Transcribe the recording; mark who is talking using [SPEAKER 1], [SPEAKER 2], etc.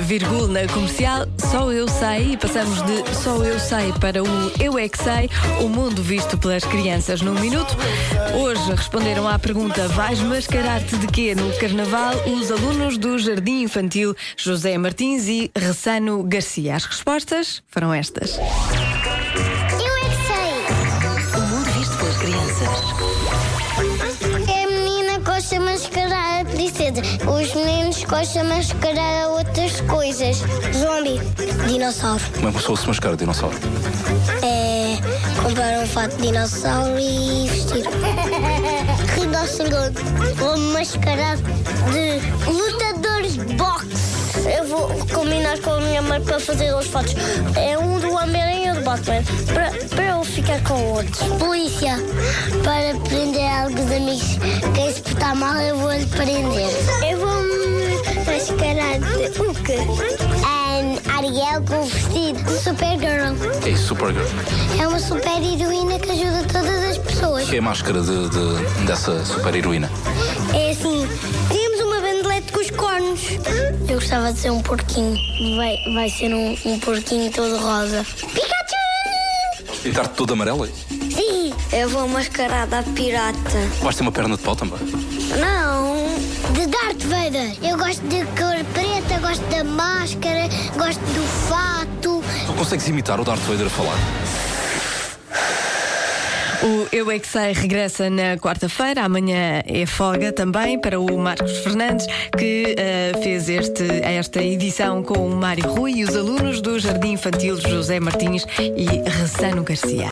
[SPEAKER 1] virgul na comercial Só Eu Sei e passamos de Só Eu Sei para o Eu É Que Sei, o mundo visto pelas crianças num minuto. Hoje responderam à pergunta Vais mascarar-te de quê no Carnaval? Os alunos do Jardim Infantil José Martins e Ressano Garcia. As respostas foram estas.
[SPEAKER 2] Eu é que sei.
[SPEAKER 3] O mundo visto pelas crianças.
[SPEAKER 2] É a menina gosta de mascarar a princesa. Os meninos gostam de mascarar a outras coisas. Zombie. Dinossauro.
[SPEAKER 4] Uma pessoa é se mascara de dinossauro.
[SPEAKER 2] É comprar um fato de dinossauro e vestir. Rinoceronte. Vou me mascarar de lutadores de boxe. Eu vou combinar com a minha mãe para fazer os fotos. É um do Homem-Aranha e um do Batman. Para, para eu ficar com o outro. Polícia. Para prender alguns amigos. Quem se portar mal, eu vou lhe prender. Eu vou mascarar de o quê? Ariel com vestido. Supergirl.
[SPEAKER 4] É isso, Supergirl.
[SPEAKER 2] É uma super heroína que ajuda todas as pessoas.
[SPEAKER 4] Que é a máscara de, de- dessa super heroína?
[SPEAKER 2] É assim, temos uma bandelete com os cornos. Eu gostava de ser um porquinho. Vai, vai ser um, um porquinho todo rosa. Pikachu!
[SPEAKER 4] Pintar-te toda amarela?
[SPEAKER 2] Sim! Eu vou mascarada pirata.
[SPEAKER 4] Vais ter uma perna de pau também.
[SPEAKER 2] Não! De Darth Vader. Eu gosto de cor preta, gosto da máscara, gosto do fato.
[SPEAKER 4] Tu consegues imitar o Darth Vader a falar?
[SPEAKER 1] O Eu É Que Sei regressa na quarta-feira. Amanhã é folga também para o Marcos Fernandes, que eh, fez este, esta edição com o Mário Rui e os alunos do Jardim Infantil José Martins e Ressano Garcia.